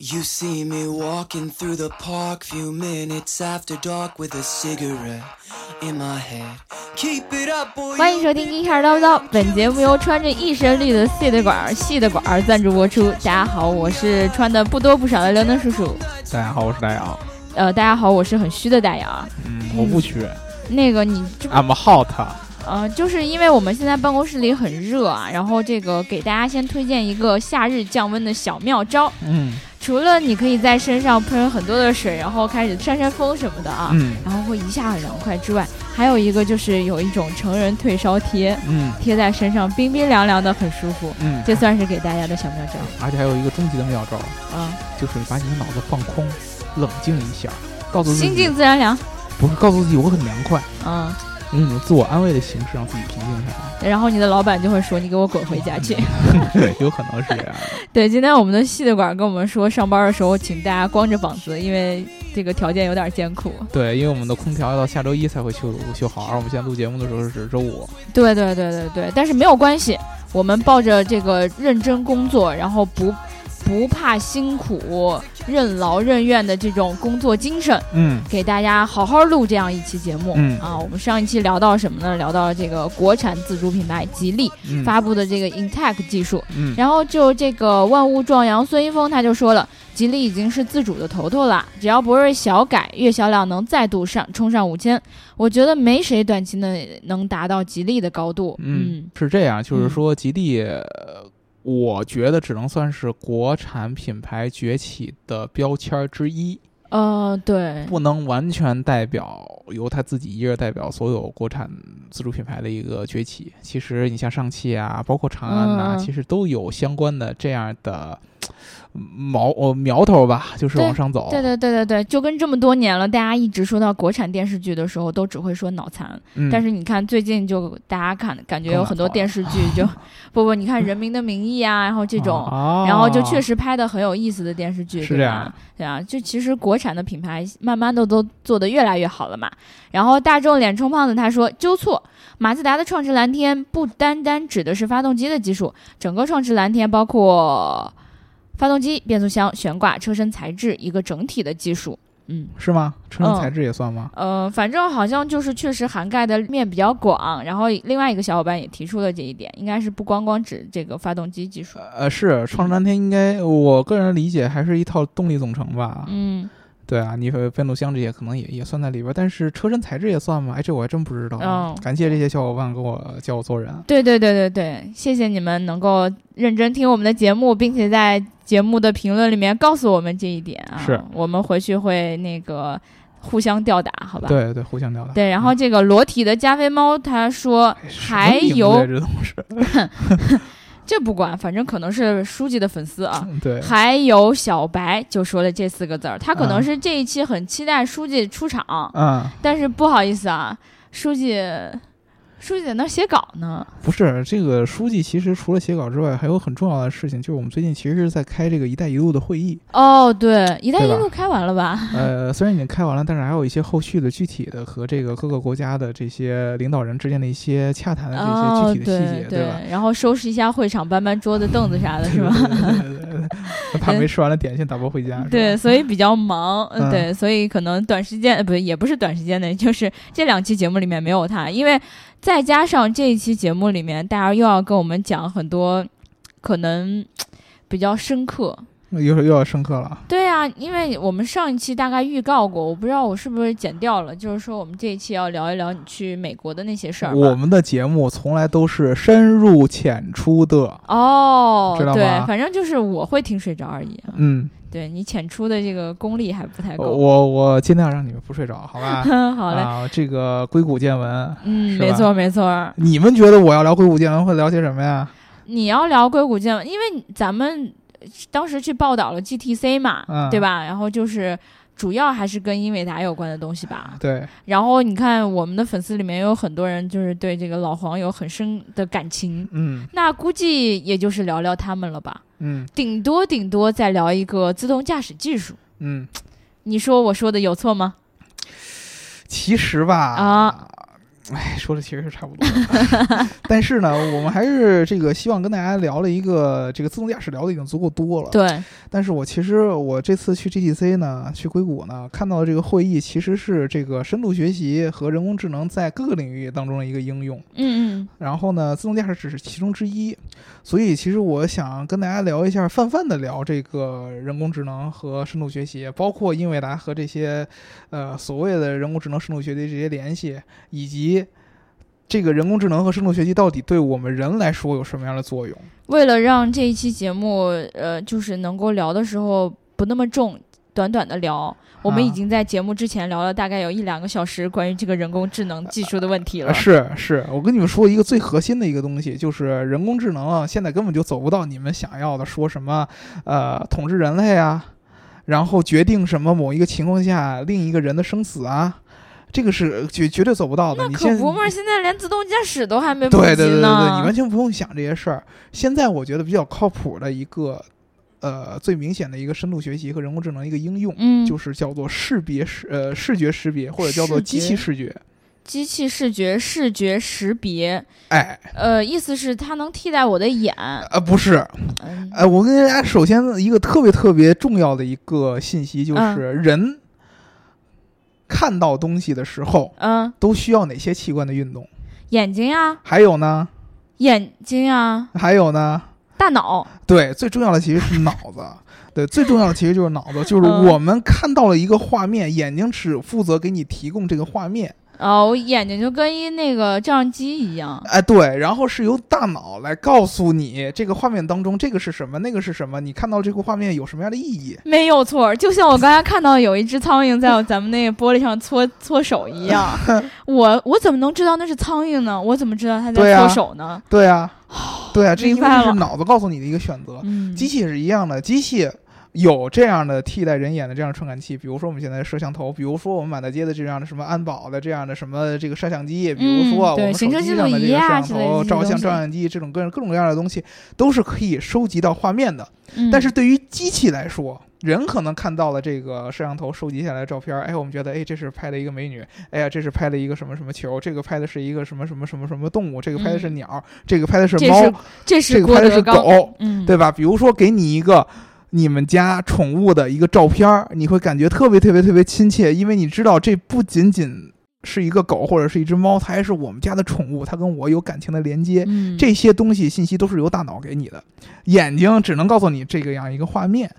You see me walking through the park, few minutes after dark, with a cigarette in my hand. Keep it up, boy. 欢迎收听《一开始叨不叨》，本节目由穿着一身绿的系的管儿系的管儿赞助播出。大家好，我是穿的不多不少的刘能叔叔。大家好，我是大姚。呃，大家好，我是很虚的大姚。嗯，我不缺那个你这，I'm hot。呃，就是因为我们现在办公室里很热啊，然后这个给大家先推荐一个夏日降温的小妙招，嗯除了你可以在身上喷很多的水，然后开始扇扇风什么的啊，嗯然后会一下很凉快之外，还有一个就是有一种成人退烧贴，嗯贴在身上冰冰凉凉的，很舒服。嗯，这算是给大家的小妙招而且还有一个终极的妙招，啊，就是把你的脑子放空，冷静一下，告诉自己心静自然凉。不是告诉自己我很凉快，嗯，用一种自我安慰的形式让自己平静下来。然后你的老板就会说：“你给我滚回家去。 对，有可能是这样的。 对，今天我们的系的馆跟我们说，上班的时候请大家光着膀子，因为这个条件有点艰苦。对，因为我们的空调要到下周一才会修修好，而我们现在录节目的时候是周五。对对对对对，但是没有关系，我们抱着这个认真工作，然后不不怕辛苦、任劳任怨的这种工作精神，嗯给大家好好录这样一期节目。嗯啊，我们上一期聊到什么呢？聊到这个国产自主品牌吉利嗯发布的这个 Intech 技术，嗯然后就这个万物壮阳孙一峰他就说了，吉利已经是自主的头头了，只要博瑞小改，月销量能再度上冲上五千，我觉得没谁短期内能达到吉利的高度。嗯，是这样，就是嗯说吉利。呃我觉得只能算是国产品牌崛起的标签儿之一。嗯，呃，对，不能完全代表由他自己一个人代表所有国产自主品牌的一个崛起。其实你像上汽啊，包括长安呐、嗯嗯其实都有相关的这样的嗯苗呃苗头吧，就是对往上走。对对对对对，就跟这么多年了，大家一直说到国产电视剧的时候，都只会说脑残，嗯，但是你看最近就大家看，感觉更有脑很多残电视剧 就不不，你看《人民的名义》啊，然后这种。啊、然后就确实实拍的很有意思的电视剧，是对这吧样？对啊，就其实国产的品牌慢慢的都做得越来越好了嘛。然后大众脸充胖子他说纠错，马自达的创驰蓝天不单单指的是发动机的技术，整个创驰蓝天包括发动机、变速箱、悬挂、车身材质一个整体的技术。嗯，是吗？车身嗯材质也算吗？呃，反正好像就是确实涵盖的面比较广。然后另外一个小伙伴也提出了这一点，应该是不光光指这个发动机技术。呃，是创世蓝天应该，我个人理解还是一套动力总成吧。嗯，对啊，你呃变速箱这些可能也也算在里边儿，但是车身材质也算吗？哎，这我还真不知道。嗯感谢这些小伙伴给我教我做人。对对对对对，谢谢你们能够认真听我们的节目，并且在节目的评论里面告诉我们这一点啊。是，我们回去会那个互相吊打，好吧？对对，互相嗯吊打。对然后这个裸体的加菲猫他说嗯还什么名字有呀这都是这不管，反正可能是书记的粉丝啊。对，还有小白就说了这四个字儿，他可能嗯是这一期很期待书记出场，嗯，但是不好意思啊，书记，书记在那儿写稿呢。不是这个书记，其实除了写稿之外，还有很重要的事情，就是我们最近其实是在开这个“一带一路”的会议。哦，对，一带一对吧路开完了吧？呃，虽然已经开完了，但是还有一些后续的具体的和这个各个国家的这些领导人之间的一些洽谈的这哦，些具体的细节，对吧？然后收拾一下会场，搬搬桌子、凳子啥的，是吧？ 对对对对怕没吃完的点心打包回家。是吧对，所以比较忙，嗯嗯对，所以可能短时间，呃，不，也不是短时间内，就是这两期节目里面没有他，因为再加上这一期节目里面，大家又要跟我们讲很多可能比较深刻。又又要上课了。对啊，因为我们上一期大概预告过，我不知道我是不是剪掉了，就是说我们这一期要聊一聊你去美国的那些事儿吧。我们的节目从来都是深入浅出的，哦，知道对，吗反正就是我会听睡着而已。啊嗯，对你浅出的这个功力还不太够。哦我我尽量让你们不睡着，好吧？ 好嘞，啊，这个硅谷见闻，嗯，是吧没错没错。你们觉得我要聊硅谷见闻会聊些什么呀？你要聊硅谷见闻，因为咱们当时去报道了 GTC 嘛，嗯对吧？然后就是。主要还是跟英伟达有关的东西吧。对，然后你看，我们的粉丝里面有很多人就是对这个老黄有很深的感情，嗯那估计也就是聊聊他们了吧，嗯顶多顶多再聊一个自动驾驶技术。嗯，你说我说的有错吗？其实吧，啊哎，说的其实是差不多 的，但是呢，我们还是这个希望跟大家聊了一个这个自动驾驶聊的已经足够多了。对，但是我其实我这次去 GTC 呢，去硅谷呢，看到的这个会议其实是这个深度学习和人工智能在各个领域当中的一个应用。嗯嗯，然后呢，自动驾驶只是其中之一，所以其实我想跟大家聊一下，泛泛的聊这个人工智能和深度学习，包括英伟达和这些呃所谓的人工智能、深度学习这些联系，以及这个人工智能和深度学习到底对我们人来说有什么样的作用。为了让这一期节目呃，就是能够聊的时候不那么重。短短的聊，我啊们已经在节目之前聊了大概有一两个小时关于这个人工智能技术的问题了。啊，是 是，我跟你们说一个最核心的一个东西，就是人工智能啊，现在根本就走不到你们想要的，说什么呃统治人类啊，然后决定什么某一个情况下另一个人的生死啊，这个是绝绝对走不到的。那你可现不嘛，现在连自动驾驶都还没普及对呢。对对对对，你完全不用想这些事儿。现在我觉得比较靠谱的一个呃最明显的一个深度学习和人工智能的一个应用。嗯，就是叫做识别识呃视觉识别，或者叫做视机觉器视觉，机器视觉、视觉识别，哎，呃，意思是它能替代我的眼。呃不是，嗯，哎，我跟大家首先一个特别特别重要的一个信息嗯就是，人看到东西的时候嗯，都需要哪些器官的运动？眼睛呀，还有呢？眼睛呀，还有呢？大脑，对，最重要的其实是脑子。对，最重要的其实就是脑子，就是嗯我们看到了一个画面，眼睛只负责给你提供这个画面，哦，我眼睛就跟一那个照相机一样。哎，对，然后是由大脑来告诉你这个画面当中这个是什么，那个是什么，你看到这个画面有什么样的意义。没有错儿，就像我刚才看到有一只苍蝇在 我咱们那个玻璃上搓搓手一样，我我怎么能知道那是苍蝇呢？我怎么知道它对在啊搓手呢？对啊，对啊，这因明为白这是了脑子告诉你的一个选择。嗯，哦机器也是一样的，机器有这样的替代人眼的这样的传感器，比如说我们现在的摄像头，比如说我们满大街的这样的什么安保的这样的什么这个摄像机，比如说我嗯对们手行车记机录上的这仪个摄啊像之类的这头、些照东相、西照相机这种各种各种各样的东西，都是可以收集到画面的。嗯但是对于机器来说，人可能看到了这个摄像头收集下来的照片，哎，我们觉得，哎，这是拍的一个美女，哎呀，这是拍的一个什么什么球，这个拍的是一个什么什么什么什么动物，这个拍的是嗯鸟，这个拍的是这猫是，这这是个郭拍的德是纲，狗，嗯，对吧？比如说给你一个你们家宠物的一个照片儿，你会感觉特别特别特别亲切，因为你知道这不仅仅是一个狗或者是一只猫，它还是我们家的宠物，它跟我有感情的连接。嗯，这些东西信息都是由大脑给你的，眼睛只能告诉你这个样一个画面，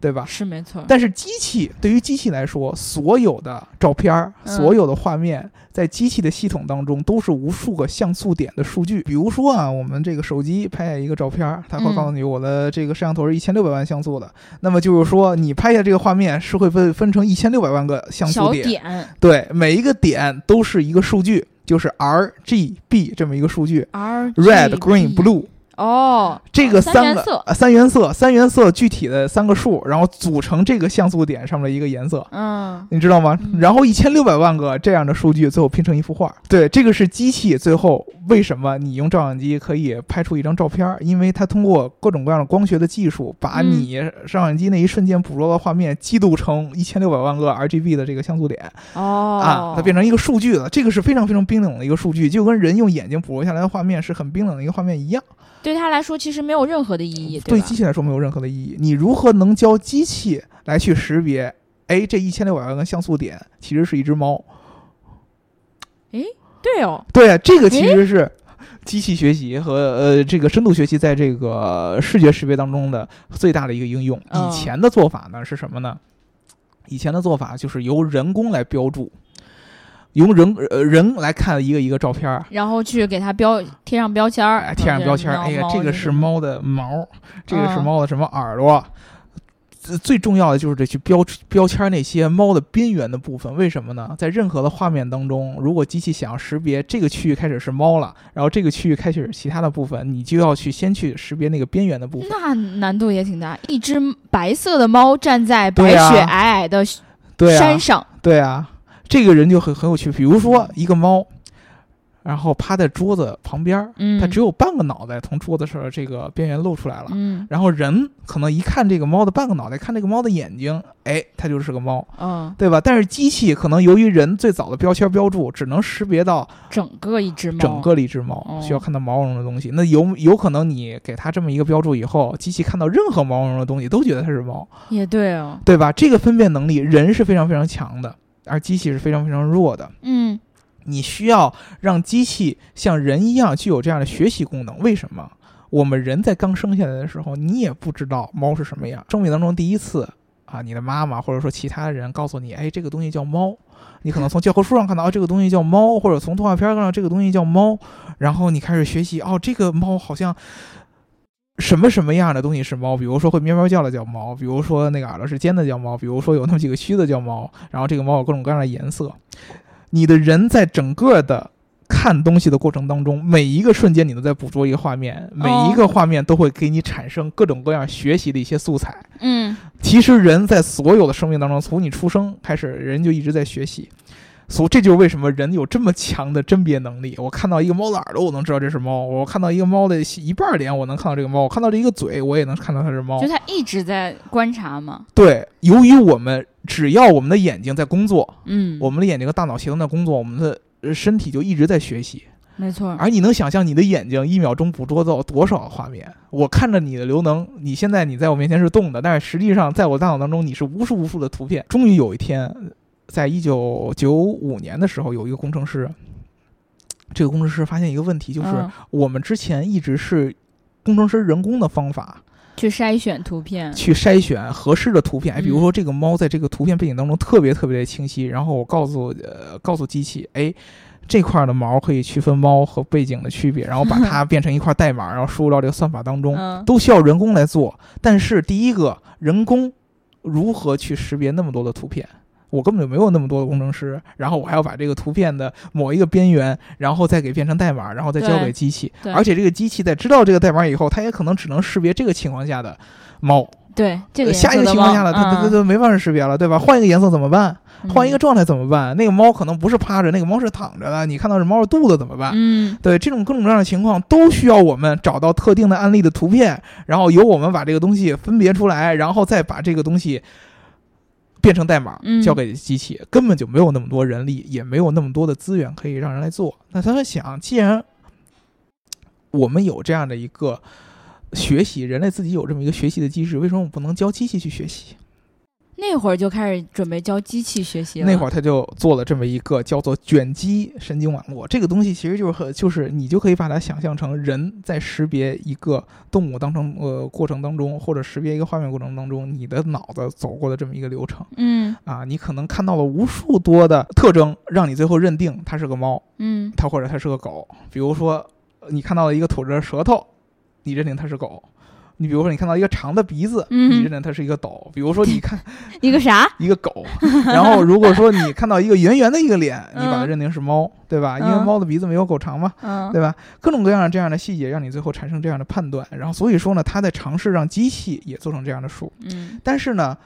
对吧？是没错儿。但是机器对于机器来说，所有的照片儿、嗯所有的画面，在机器的系统当中都是无数个像素点的数据。比如说啊，我们这个手机拍下一个照片儿，它会嗯告诉你我的这个摄像头是一千六百万像素的，那么就是说你拍下这个画面是会被分成一千六百万个像素小点，点对，每一个点都是一个数据，就是 R、G、B 这么一个数据 R ，Red、Green、Blue。哦，这个三三原个色，呃三原色，三原色具体的三个数，然后组成这个像素点上面的一个颜色，嗯，你知道吗？嗯然后一千六百万个这样的数据，最后拼成一幅画。对，这个是机器最后为什么你用照相机可以拍出一张照片儿？因为它通过各种各样的光学的技术，把嗯你照相机那一瞬间捕捉到的画面记录成一千六百万个 RGB 的这个像素点。哦，啊，它变成一个数据了。这个是非常非常冰冷的一个数据，就跟人用眼睛捕捉下来的画面是很冰冷的一个画面一样。对他来说其实没有任何的意义，对吧机？器来说没有任何的意义。你如何能教机器来去识别？哎，这一千六百万个像素点其实是一只猫。对哦，对啊，这个其实是机器学习和呃这个深度学习在这个视觉识别当中的最大的一个应用。嗯以前的做法呢是什么呢？以前的做法就是由人工来标注，由人呃人来看一个一个照片儿，然后去给他标贴上标签儿哎，，贴上标签儿，嗯哎呀，这个是。猫猫的毛，这个是嗯猫的什么耳朵。最最重要的就是得去标标签儿那些猫的边缘的部分，为什么呢？在任何的画面当中，如果机器想要识别这个区域开始是猫了，然后这个区域开始是其他的部分，你就要去先去识别那个边缘的部分。那难度也挺大。一只白色的猫站在白对啊雪皑皑的对啊山，上，对啊，这个人就很很有趣。比如说一个猫，然后趴在桌子旁边儿，嗯啊它只有半个脑袋从桌子上这个边缘露出来了。嗯然后人可能一看这个猫的半个脑袋，看这个猫的眼睛，哎，它就是个猫，嗯，对吧？但是机器可能由于人最早的标签标注，只能识别到整个一只猫，整个的一只猫哦，需要看到毛茸茸的东西。那有有可能你给它这么一个标注以后，机器看到任何毛茸茸的东西都觉得它是猫，也对哦，对吧？这个分辨能力，人是非常非常强的，而机器是非常非常弱的。嗯你需要让机器像人一样具有这样的学习功能。为什么？我们人在刚生下来的时候，你也不知道猫是什么样。生命当中第一次啊，你的妈妈或者说其他人告诉你，哎，这个东西叫猫。你可能从教科书上看到，哦，这个东西叫猫，或者从动画片上这个东西叫猫，然后你开始学习，哦，这个猫好像什么什么样的东西是猫，比如说会喵喵叫的叫猫，比如说那个耳朵是尖的叫猫，比如说有那么几个须的叫猫，然后这个猫有各种各样的颜色。你的人在整个的看东西的过程当中，每一个瞬间你都在捕捉一个画面，每一个画面都会给你产生各种各样学习的一些素材。嗯其实人在所有的生命当中，从你出生开始，人就一直在学习。所以这就是为什么人有这么强的甄别能力。我看到一个猫的耳朵，我能知道这是猫；我看到一个猫的一半儿脸，我能看到这个猫；我看到这一个嘴，我也能看到它是猫就。它一直在观察嘛，对，由于我们只要我们的眼睛在工作，嗯，我们的眼睛和大脑协同在工作，我们的呃身体就一直在学习。没错，而你能想象你的眼睛一秒钟捕捉到多少画面？我看着你的刘能，你现在你在我面前是动的，但是实际上在我大脑当中你是无数无数的图片。终于有一天，在一九九五年的时候，有一个工程师，这个工程师发现一个问题，就是嗯我们之前一直是工程师人工的方法去筛选图片，去筛选合适的图片，哎，嗯比如说这个猫在这个图片背景当中特别特别的清晰，然后我告诉呃告诉机器，哎，这块儿的毛可以区分猫和背景的 区别，然后把它变成一块代码，然后输入到这个算法当中，嗯都需要人工来做。但是第一个，人工如何去识别那么多的图片？我根本就没有那么多的工程师，然后我还要把这个图片的某一个边缘，然后再给变成代码，然后再交对给机器。对而且这个机器在知道这个代码以后，它也可能只能识别这个情况下的猫。对这个下一颜色的个情况猫下了，它它它嗯它没办法识别了，对吧？换一个颜色怎么办？换一个状态怎么办？那个猫可能不是趴着，那个猫是躺着的，你看到是猫的肚子怎么办？嗯对，这种各种各样的情况都需要我们找到特定的案例的图片，然后由我们把这个东西分别出来，然后再把这个东西变成代码嗯交给机器，根本就没有那么多人力，也没有那么多的资源可以让人来做。那他们想，既然我们有这样的一个学习，人类自己有这么一个学习的机制，为什么我们不能教机器去学习？那会儿就开始准备教机器学习了，那会儿儿他就做了这么一个叫做卷积神经网络，这个东西其实就是和就是你就可以把它想象成人在识别一个动物当成呃过程当中，或者识别一个画面过程当中，你的脑子走过的这么一个流程嗯啊，你可能看到了无数多的特征，让你最后认定它是个猫，嗯它或者它是个狗。比如说，呃你看到了一个吐着舌头，你认定它是狗。你比如说，你看到一个长的鼻子，嗯你认定它是一个斗。比如说，你看一个啥？一个狗，然后如果说你看到一个圆圆的一个脸，你把它嗯认定是猫，对吧？因为嗯猫的鼻子没有狗长嘛，嗯对吧？各种各样的这样的细节，让你最后产生这样的判断。然后所以说呢，他在尝试让机器也做成这样的数，嗯但是呢，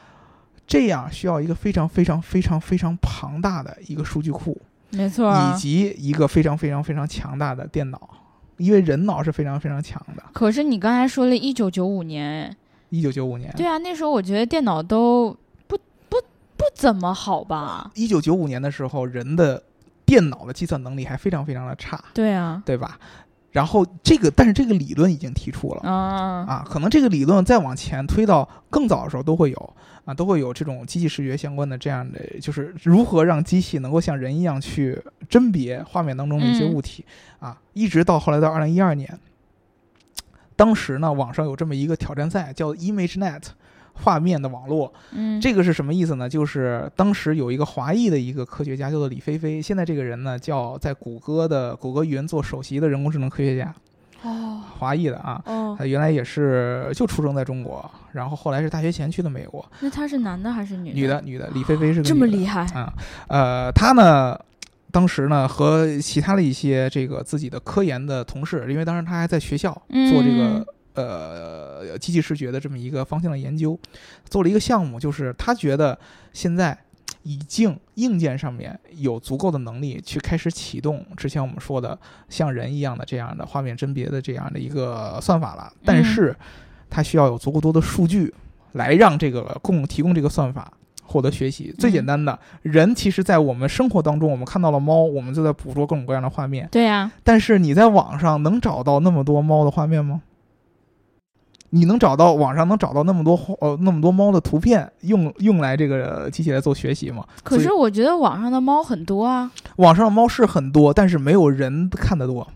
这样需要一个非常非常非常非常庞大的一个数据库，没错啊儿，以及一个非常非常非常强大的电脑。因为人脑是非常非常强的。可是你刚才说了一九九五年，一九九五年，对啊，那时候我觉得电脑都不不不怎么好吧？一九九五年的时候，人的电脑的计算能力还非常非常的差。对啊，对吧？然后这个，但是这个理论已经提出了。啊，啊，可能这个理论再往前推到更早的时候都会有啊，都会有这种机器视觉相关的这样的，就是如何让机器能够像人一样去甄别画面当中的一些嗯物体、啊，一直到后来到二零一二年，当时呢，网上有这么一个挑战赛叫 ImageNet 画面的网络，嗯，啊这个是什么意思呢？就是当时有一个华裔的一个科学家叫做李飞飞，现在这个人呢叫在谷歌的谷歌云做首席的人工智能科学家，哦华裔的啊。哦，他原来也是就出生在中国，然后后来是大学前去的美国，那他是男的还是女女的女的，李飞飞是个这么女的厉害，啊，呃，他呢，当时呢和其他的一些这个自己的科研的同事，因为当时他还在学校做这个嗯、呃机器视觉的这么一个方向的研究，做了一个项目，就是他觉得现在。已经硬件上面有足够的能力去开始启动之前我们说的像人一样的这样的画面甄别的这样的一个算法了，嗯但是它需要有足够多的数据来让这个供提供这个算法。获得学嗯习最简单的人，其实，在我们生活当中，我们看到了猫，我们就在捕捉各种各样的画面。对啊呀、但是你在网上能找到那么多猫的画面吗？你能找到网上能找到那么多画呃那么多猫的图片，用用来这个机器来做学习吗？可是所我觉得网上的猫很多啊，以网上的猫是很多，但是没有人看得多，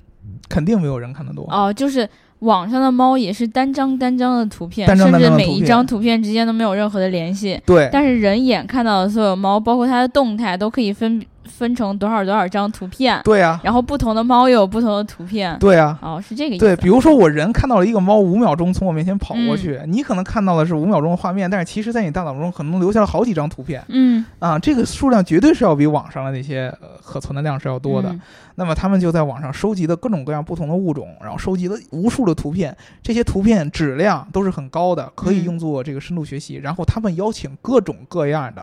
肯定没有人看得多。哦，就是网上的猫也是单张单张的图片，单张单张甚的至每图一片张图片之间都没有任何的联系。对，但是人眼看到的所有猫，包括它的动态，都可以分分成多少多少张图片，对啊，然后不同的猫又有不同的图片。对啊。哦，是这个意思。对，比如说我人看到了一个猫五秒钟从我面前跑过去，嗯你可能看到的是五秒钟的画面，但是其实在你大脑中可能留下了好几张图片嗯，啊，这个数量绝对是要比网上的那些呃可存的量是要多的。嗯那么他们就在网上收集的各种各样不同的物种，然后收集了无数的图片，这些图片质量都是很高的，可以用作这个深度学习。然后他们邀请各种各样的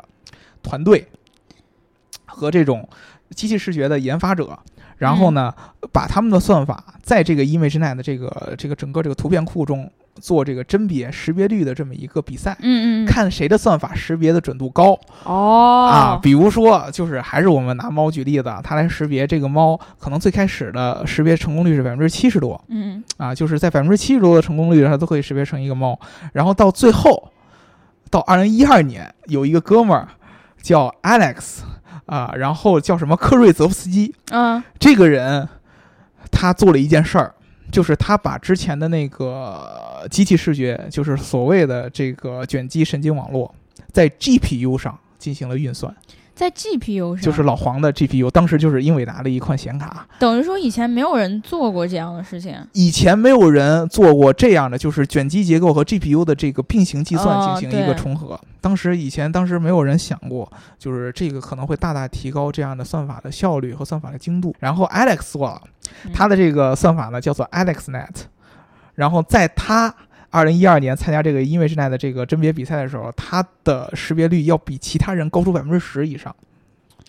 团队和这种机器视觉的研发者，然后呢，把他们的算法在这个 ImageNet 的这个这个整个这个图片库中做这个甄别识别率的这么一个比赛。嗯嗯，看谁的算法识别的准度高，哦啊，比如说，就是还是我们拿猫举例子，啊，它来识别这个猫，可能最开始的识别成功率是百分之七十多嗯啊，就是在百分之七十多的成功率，它都可以识别成一个猫。然后到最后，到二零一二年，有一个哥们儿叫 Alex 啊，然后叫什么科瑞泽夫斯基，嗯这个人他做了一件事儿，就是他把之前的那个机器视觉，就是所谓的这个卷积神经网络，在 GPU 上进行了运算。在 GPU 上，就是老黄的 GPU，当时就是英伟达的一款显卡。等于说以前没有人做过这样的事情。以前没有人做过这样的，就是卷积结构和 GPU 的这个并行计算哦进行一个对重合。当时以前当时没有人想过，就是这个可能会大大提高这样的算法的效率和算法的精度。然后 Alex 做了，嗯他的这个算法呢叫做 AlexNet，然后在他。二零一二年参加这个 ImageNet 的这个甄别比赛的时候，他的识别率要比其他人高出百分之十以上，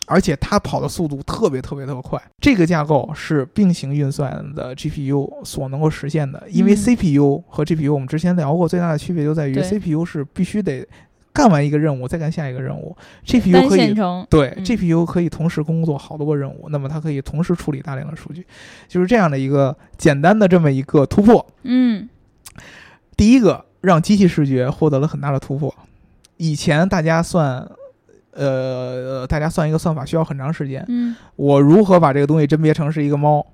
而且他跑的速度特别特别特别快。这个架构是并行运算的 GPU 所能够实现的，因为嗯 CPU 和 GPU 我们之前聊过，最大的区别就在于对 CPU 是必须得干完一个任务再干下一个任务，GPU 单可以线程，对、嗯 GPU 可以同时工作好多个任务，那么它可以同时处理大量的数据，就是这样的一个简单的这么一个突破。嗯第一个让机器视觉获得了很大的突破。以前大家算，呃，大家算一个算法需要很长时间，嗯我如何把这个东西甄别成是一个猫，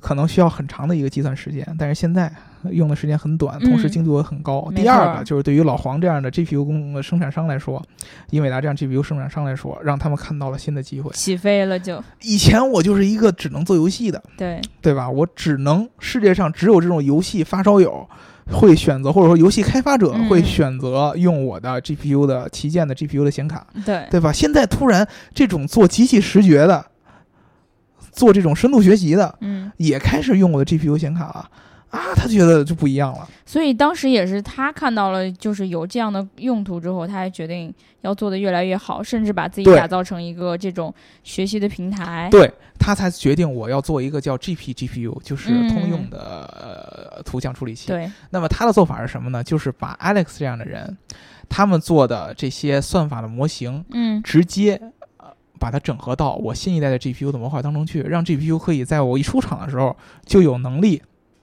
可能需要很长的一个计算时间，但是现在呃用的时间很短，嗯同时精度也很高。没错第二个就是对于老黄这样的 GPU 供呃生产商来说，英伟达这样 GPU 生产商来说，让他们看到了新的机会。起飞了就以前我就是一个只能做游戏的，对，对吧？我只能世界上只有这种游戏发烧友会选择，或者说游戏开发者嗯会选择用我的 GPU 的旗舰的 GPU 的显卡。对，对吧？现在突然这种做机器视觉的，做这种深度学习的，嗯，也开始用我的 GPU 显卡了啊，他觉得就不一样了。所以当时也是他看到了，就是有这样的用途之后，他还决定要做的越来越好，甚至把自己对打造成一个这种学习的平台。对他才决定我要做一个叫 GP GPU，就是通用嗯的、呃、图像处理器。对，那么他的做法是什么呢？就是把 Alex 这样的人，他们做的这些算法的模型，嗯直接呃把它整合到我新一代的 GPU 的模块当中去，让 GPU 可以在我一出场的时候就有能力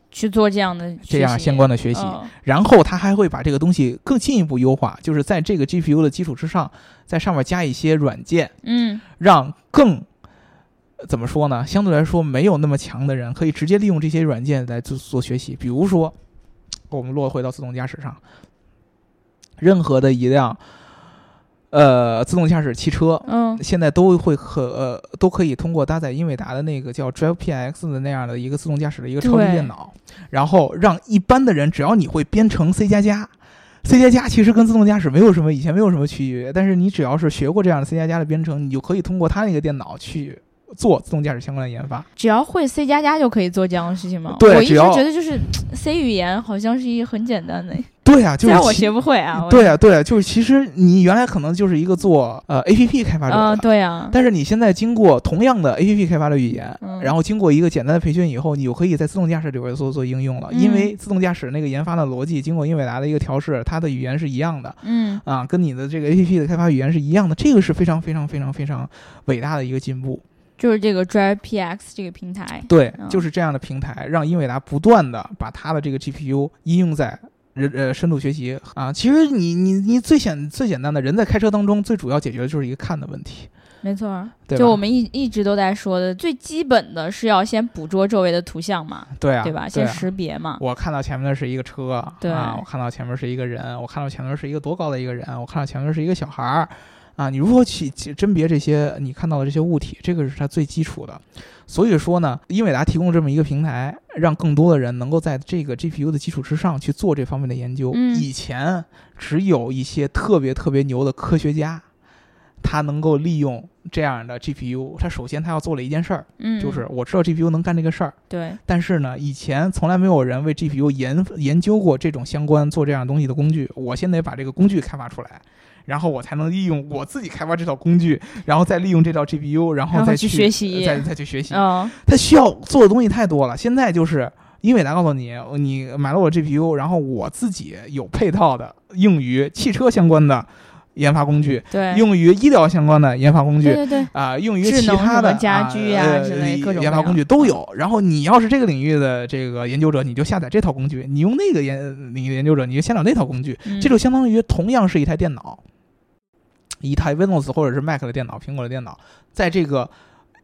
去做这样的这样相关的学学习。嗯然后它还会把这个东西更进一步优化，就是在这个 GPU 的基础之上，在上面加一些软件，嗯让更呃怎么说呢？相对来说没有那么强的人可以直接利用这些软件来做做学习。比如说，我们落回到自动驾驶上，任何的一辆呃自动驾驶汽车。嗯现在都会可呃都可以通过搭载英伟达的那个叫 Drive PX 的那样的一个自动驾驶的一个超级对电脑，然后让一般的人只要你会编程 C 加加。C 加加其实跟自动驾驶没有什么以前没有什么区别，但是你只要是学过这样的 C 加加的编程，你就可以通过它那个电脑去做自动驾驶相关的研发。只要会 C 加加就可以做这样的事情吗？对我一直只要觉得就是 C 语言好像是一很简单的，对呀、就虽是然我 其学不会啊。我对呀、对呀、就是其实你原来可能就是一个做呃 A P P 开发者的，啊，对啊，但是你现在经过同样的 A P P 开发的语言，嗯然后经过一个简单的培训以后，你就可以在自动驾驶里边做做应用了。嗯因为自动驾驶那个研发的逻辑，经过英伟达的一个调试，它的语言是一样的嗯啊，跟你的这个 A P P 的开发语言是一样的。这个是非常非常非常非常伟大的一个进步。就是这个 Drive PX 这个平台，对嗯，就是这样的平台，让英伟达不断的把它的这个 GPU 应用在。人呃，深度学习啊，其实你你你最简最简单的人在开车当中，最主要解决的就是一个看的问题，没错儿。对吧？就我们一一直都在说的，最基本的是要先捕捉周围的图像嘛，对啊，对对吧？先啊识别嘛。我看到前面的是一个车，对啊，我看到前面是一个人，我看到前面是一个多高的一个人，我看到前面是一个小孩儿，啊，你如何去去甄别这些你看到的这些物体？这个是它最基础的。所以说呢，英伟达提供这么一个平台，让更多的人能够在这个 GPU 的基础之上去做这方面的研究。嗯以前只有一些特别特别牛的科学家，他能够利用这样的 GPU。他首先他要做了一件事儿，嗯，就是我知道 GPU 能干这个事儿，对，但是呢，以前从来没有人为 GPU 研研究过这种相关做这样东西的工具。我先得把这个工具开发出来，然后我才能利用我自己开发这套工具，然后再利 用这套 GPU，然然后后再去学习再再去学习。嗯它需要做的东西太多了。现在就是英伟达告诉你，你买了我 GPU，然后我自己有配套的用于汽车相关的研发工具，对，用于医疗相关的研发工具对，对对，啊、用于智其能他什么的家居啊呃之类各种研各发样工具都有。然后你要是这个领域的这个研究者，你就下载这套工具；你用那个研呃领域的研究者，你就下载那套工具。嗯这就相当于同样是一台电脑，一台 Windows 或者是 Mac 的电脑，苹果的电脑，在这个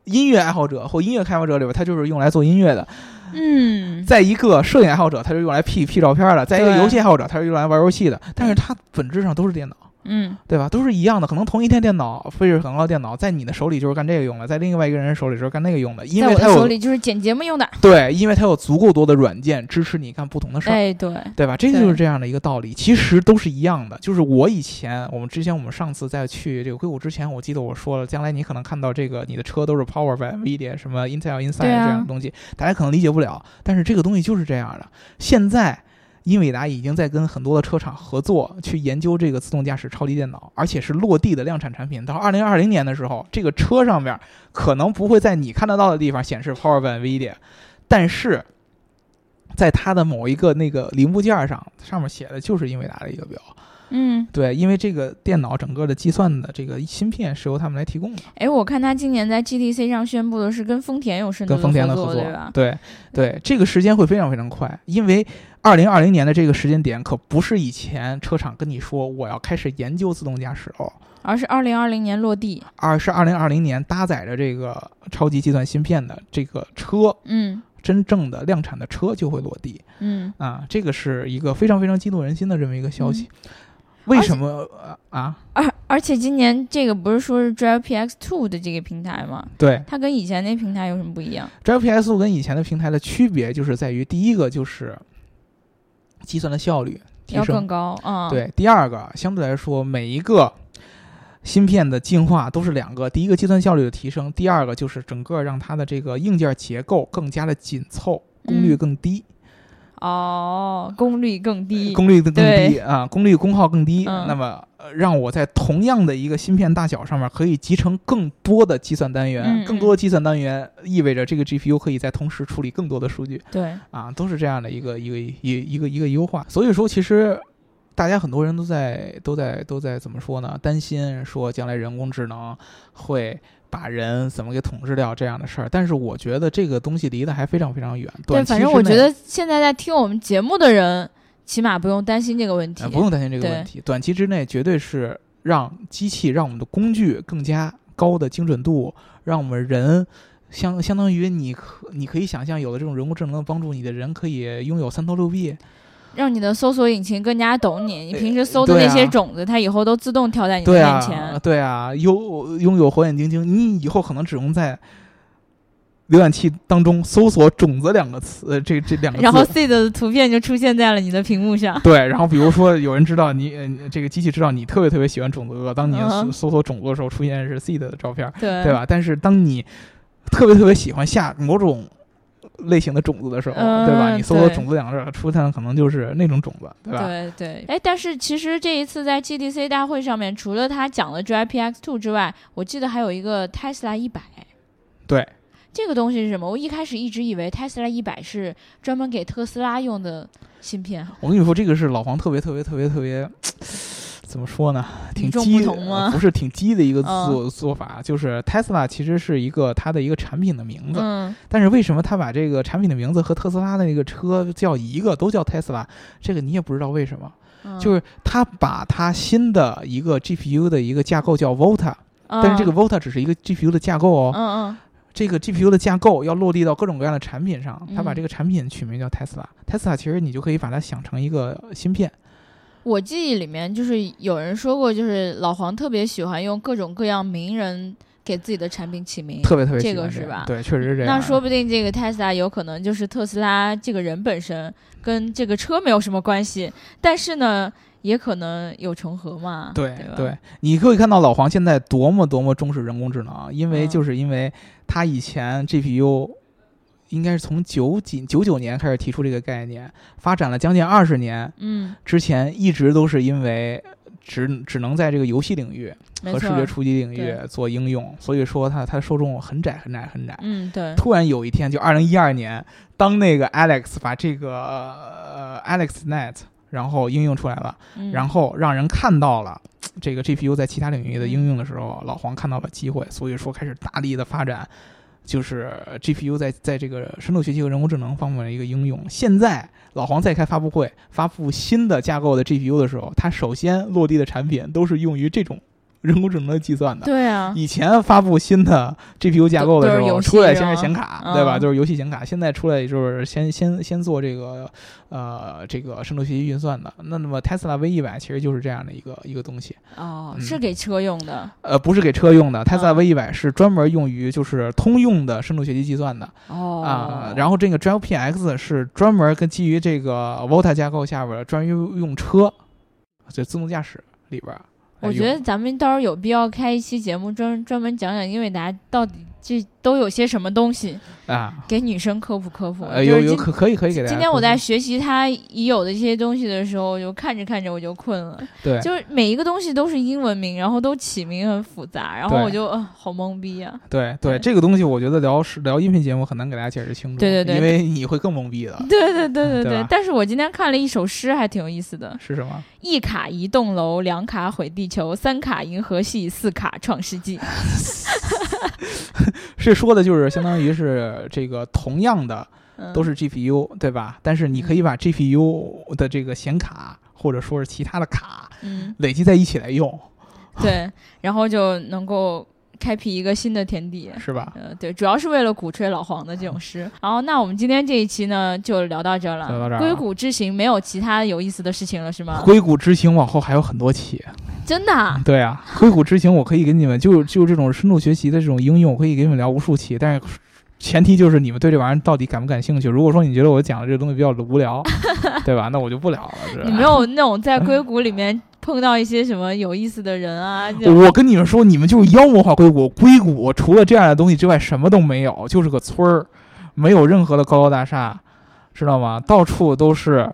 音乐爱好者或音乐开发者里边，它就是用来做音乐的；嗯，在一个摄影爱好者，它是用来 P P 照片的；在一个对游戏爱好者，它是用来玩游戏的。但是它本质上都是电脑。嗯，对吧？都是一样的，可能同一台电脑，飞着广告电脑，在你的手里就是干这个用的，在另外一个人手里就是干那个用的，因在为我的它手有里就是剪节目 用的，对，因为它有足够多的软件支持你干不同的事儿。哎，对，对吧？这就对是这样的一个道理，其实都是一样的。就是我以前，我们之前，我们上次在去这个硅谷之前，我记得我说了，将来你可能看到这个你的车都是 Power by NVIDIA、什么 Intel、Inside 这对啊样的东西，大家可能理解不了，但是这个东西就是这样的。现在。英伟达已经在跟很多的车厂合作，去研究这个自动驾驶超级电脑，而且是落地的量产产品。到二零二零年的时候，这个车上面可能不会在你看得到的地方显示 Power by NVIDIA，但是在它的某一个那个零部件上，上面写的就是英伟达的一个标。嗯，对，因为这个电脑整个的计算的这个芯片是由他们来提供的，哎，我看他今年在 GTC 上宣布的是跟丰田有深度跟丰田的合合作对吧。？对对，这个时间会非常非常快，因为二零二零年的这个时间点可不是以前车厂跟你说我要开始研究自动驾驶哦，而是二零二零年落地，而是二零二零年搭载着这个超级计算芯片的这个车，嗯真正的量产的车就会落地。嗯，啊，这个是一个非常非常激动人心的这么一个消息。嗯为什么呃啊？而而且今年这个不是说是 Drive PX Two 的这个平台吗？对它跟以前那平台有什么不一样？ ，GPSU 跟以前的平台的区别就是在于，第一个就是计算的效率提要更升，高啊、嗯，，对；第二个相对来说，每一个芯片的进化都是两个，第一个计算效率的提升，第二个就是整个让它的这个硬件结构更加的紧凑，功率嗯更低，哦，功率更低，功率更对低啊，功率功耗更低。嗯那么呃让我在同样的一个芯片大小上面可以集成更多的计算单元，嗯嗯更多的计算单元意味着这个 GPU 可以在同时处理更多的数据对，啊，都是这样的一个一个一一个一个优化。所以说，其实。大家很多人都在都在都在怎么说呢？担心说将来人工智能会把人怎么给统治掉这样的事儿，但是我觉得这个东西离得还非常非常远。对，短反期正之我觉内得现在在听我们节目的人，起码不用担心这个问题。呃，不用担心这个对问题，短期之内绝对是让机器、让我们的工具更加高的精准度，让我们人。相相当于你可你可以想象，有了这种人工智能的帮助，你的人可以拥有三头六臂。让你的搜索引擎更加懂你，你呃平时搜的对那啊些种子，它以后都自动跳在你的对哎面啊前。， 对啊，拥拥有火眼金睛，你以后可能只用在浏览器当中搜索“种子”两个词，呃这这两个字。然后 seed 的图片就出现在了你的屏幕上。对，然后比如说有人知道你，呃这个机器知道你特别特别喜欢种子鹅，当你嗯搜哼嗯搜索种子的时候，出现是 seed 的照片，对，对？吧？但是当你特别特别喜欢下某种类型的种子的时候，嗯对吧？你搜索对“种子”两个字，出现的可能就是那种种子，对吧？对对，哎，但是其实这一次在 GDC 大会上面，除了他讲了 GIPX Two 之外，我记得还有一个 Tesla 一百。对，这个东西是什么？我一开始一直以为 Tesla 一百是专门给特斯拉用的芯片，我跟你说，这个是老黄特别特别特别特别，怎么说呢？挺与众激不同吗呃不是挺激的一个嗯做、做法，就是 Tesla 其实是一个它的一个产品的名字，嗯，但是为什么他把这个产品的名字和特斯拉的那个车叫一个，都叫 Tesla？这个你也不知道为什么，嗯就是他把他新的一个 GPU 的一个架构叫 Volta，但是这个，Volta 只是一个 GPU 的架构哦，嗯嗯这个 GPU 的架构要落地到各种各样的产品上，嗯他把这个产品取名叫 Tesla。Tesla 其实你就可以把它想成一个芯片，嗯，我记忆里面就是有人说过，就是老黄特别喜欢用各种各样名人给自己的产品起名，特别特别喜嗯这欢个是吧对，啊确实是这样。那说不定这个 Tesla 有可能就是特斯拉这个人本身跟这个车没有什么关系，但是呢，也可能有重合嘛。对对吧你可以看到老黄现在多么多么重视人工智能啊，因为嗯就是因为他以前 GPU 应该是从九几九九年开始提出这个概念，发展了将近二十年，嗯，之前一直都是因为只只能在这个游戏领域没和视错。觉触及领域对做应用，所以说它它受众很窄很窄很窄。嗯，对，突然有一天，就二零一二年，当那个 Alex 把这个、呃、AlexNet 然后应用出来了，嗯、然后让人看到了这个 GPU 在其他领域的应用的时候，老黄看到了机会，所以说开始大力的发展，就是 GPU 在在这个深度学习和人工智能方面的一个应用。现在老黄在开发布会发布新的架构的 GPU 的时候，它首先落地的产品都是用于这种人工智能的计算的。对啊，以前发布新的 GPU 架构的时都是候，游戏出来先是是吗显卡，嗯对吧？就是游戏显卡。现在出来也就是先先先做这个呃这个深度学习运算的。那那么 Tesla V 一百其实就是这样的一个一个东西，哦，嗯是给车用的。呃，不是给车用啊的。Tesla V 一百是专门用于就是通用的深度学习计算的哦，啊、然后这个 Drive PX 是专门跟基于这个 Volta 架构下边儿专用用车，就自动驾驶里边儿来我用。觉得咱们到时候有必要开一期节目专专门讲讲英伟达到底这都有些什么东西，啊，给女生科普科普。呃，就有是有今可可以可以给大家分析。今天我在学习它已有的这些东西的时候，我就看着看着我就困了。对就是每一个东西都是英文名，然后都起名很复杂，然后对我就、呃、好懵逼 啊。对对，对这个东西我觉得聊是聊音频节目很难给大家解释清楚，对对对嗯因为你会更懵逼的。对对对对对吧但是我今天看了一首诗，还挺有意思的：是什么？一卡移栋楼，两卡毁地球，三卡银河系，四卡创世 纪。是说的就是相当于是这个同样的嗯、都是 GPU 对吧？但是你可以把 GPU 的这个显卡或者说是其他的卡嗯累积在一起来用，对，然后就能够开辟一个新的田地。是吧？呃，对，主要是为了鼓吹老黄的这种 诗。然后，那我们今天这一期呢，就聊到这儿了。聊到这儿啊硅谷之行没有其他有意思的事情了，是吗？硅谷之行往后还有很多期，真的啊、对啊，硅谷之行我可以给你们就就这种深度学习的这种应用，我可以给你们聊无数期，但是。前提就是你们对这玩意儿到底感不感兴趣？如果说你觉得我讲的这个东西比较无聊， 对吧？那我就不聊了。是吧你没有那种在硅谷里面碰到一些什么有意思的人 啊？就我跟你们说，你们就是妖魔化硅谷。硅谷除了这样的东西之外，什么都没有，就是个村儿，没有任何的高楼大厦，知道吗？到处都是，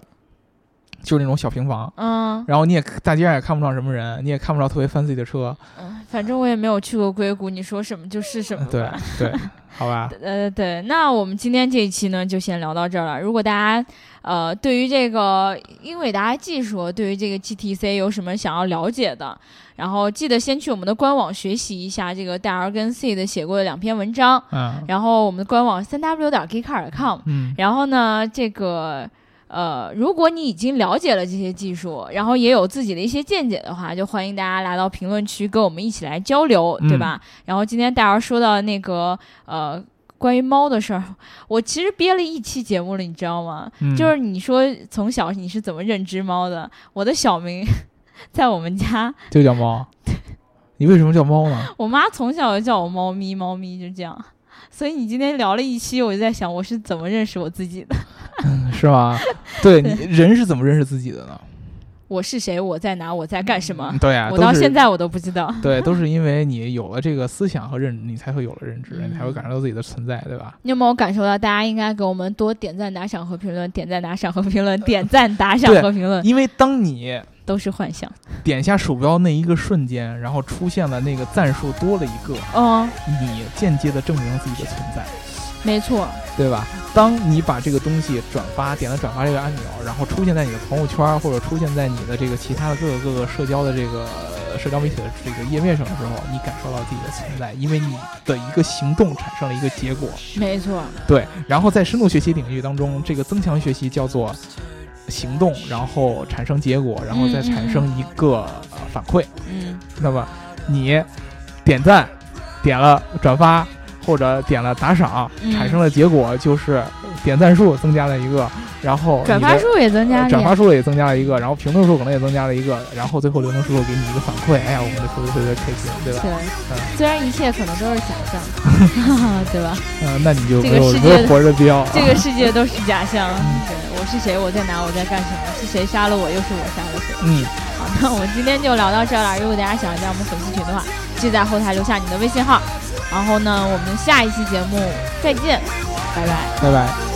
就是那种小平房。嗯然后你也大街上也看不上什么人，你也看不着特别 fancy 的车。嗯，反正我也没有去过硅谷，你说什么就是什么吧。对对，好 吧，呃，对，那我们今天这一期呢，就先聊到这儿了。如果大家呃对于这个英伟达技术，对于这个 GTC 有什么想要了解的，然后记得先去我们的官网学习一下这个戴尔跟 C 的写过的两篇文章，嗯然后我们的官网三 w 点 geekcar com，嗯，然后呢，这个呃，如果你已经了解了这些技术，然后也有自己的一些见解的话，就欢迎大家来到评论区跟我们一起来交流，对吧？然后今天戴儿说到那个呃。关于猫的事儿，我其实憋了一期节目了，你知道吗？嗯就是你说从小你是怎么认知猫的？我的小名 在我们家，就叫猫。你为什么叫 猫呢？我妈从小就叫我猫咪，猫咪就这样。所以你今天聊了一期，我就在想我是怎么认识我自己的。是吗？对你人是怎么认识自己的呢？我是谁，我在哪，我在干什么嗯。对啊，我都到是现在我都不知道。 对，都是因为你有了这个思想和认，你才会有了认知，你才会嗯感受到自己的存在，对吧？你有没有感受到？大家应该给我们多点赞、打赏和评论，点赞、打赏和评论，点赞、打赏和评论，因为当你都是幻想。点下鼠标那一个瞬间，然后出现了那个赞数多了一个，哦，你间接的证明自己的存在，没错，对吧？当你把这个东西转发，点了转发这个按钮，然后出现在你的朋友圈，或者出现在你的这个其他的各个各个社交的这个呃社交媒体的这个页面上的时候，你感受到自己的存在，因为你的一个行动产生了一个结果。没错，对，然后在深度学习领域当中，这个增强学习叫做行动，然后产生结果，然后再产生一个、呃反馈。嗯，那么你点赞、点了转发或者点了打赏，嗯产生的结果就是点赞数增加了一个，然后转你的发。数也增加呃了，转发数也增加了一个，然后评论数可能也增加了一个，然后最后流程数给你一个反馈，哎呀，我们就特别特别开心，对吧？对，嗯虽然一切可能都是假 象，对吧？嗯、那你就这没个有世没有界活着的必要啊。这个世界都是假象。嗯对，我是谁？我在哪？我在干什么？是谁杀了我？又是我杀了谁？嗯，好，那我们今天就聊到这儿了。如果大家想加我们粉丝群的话，记得在后台留下你的微信号。然后呢，我们下一期节目再见，拜拜。拜拜。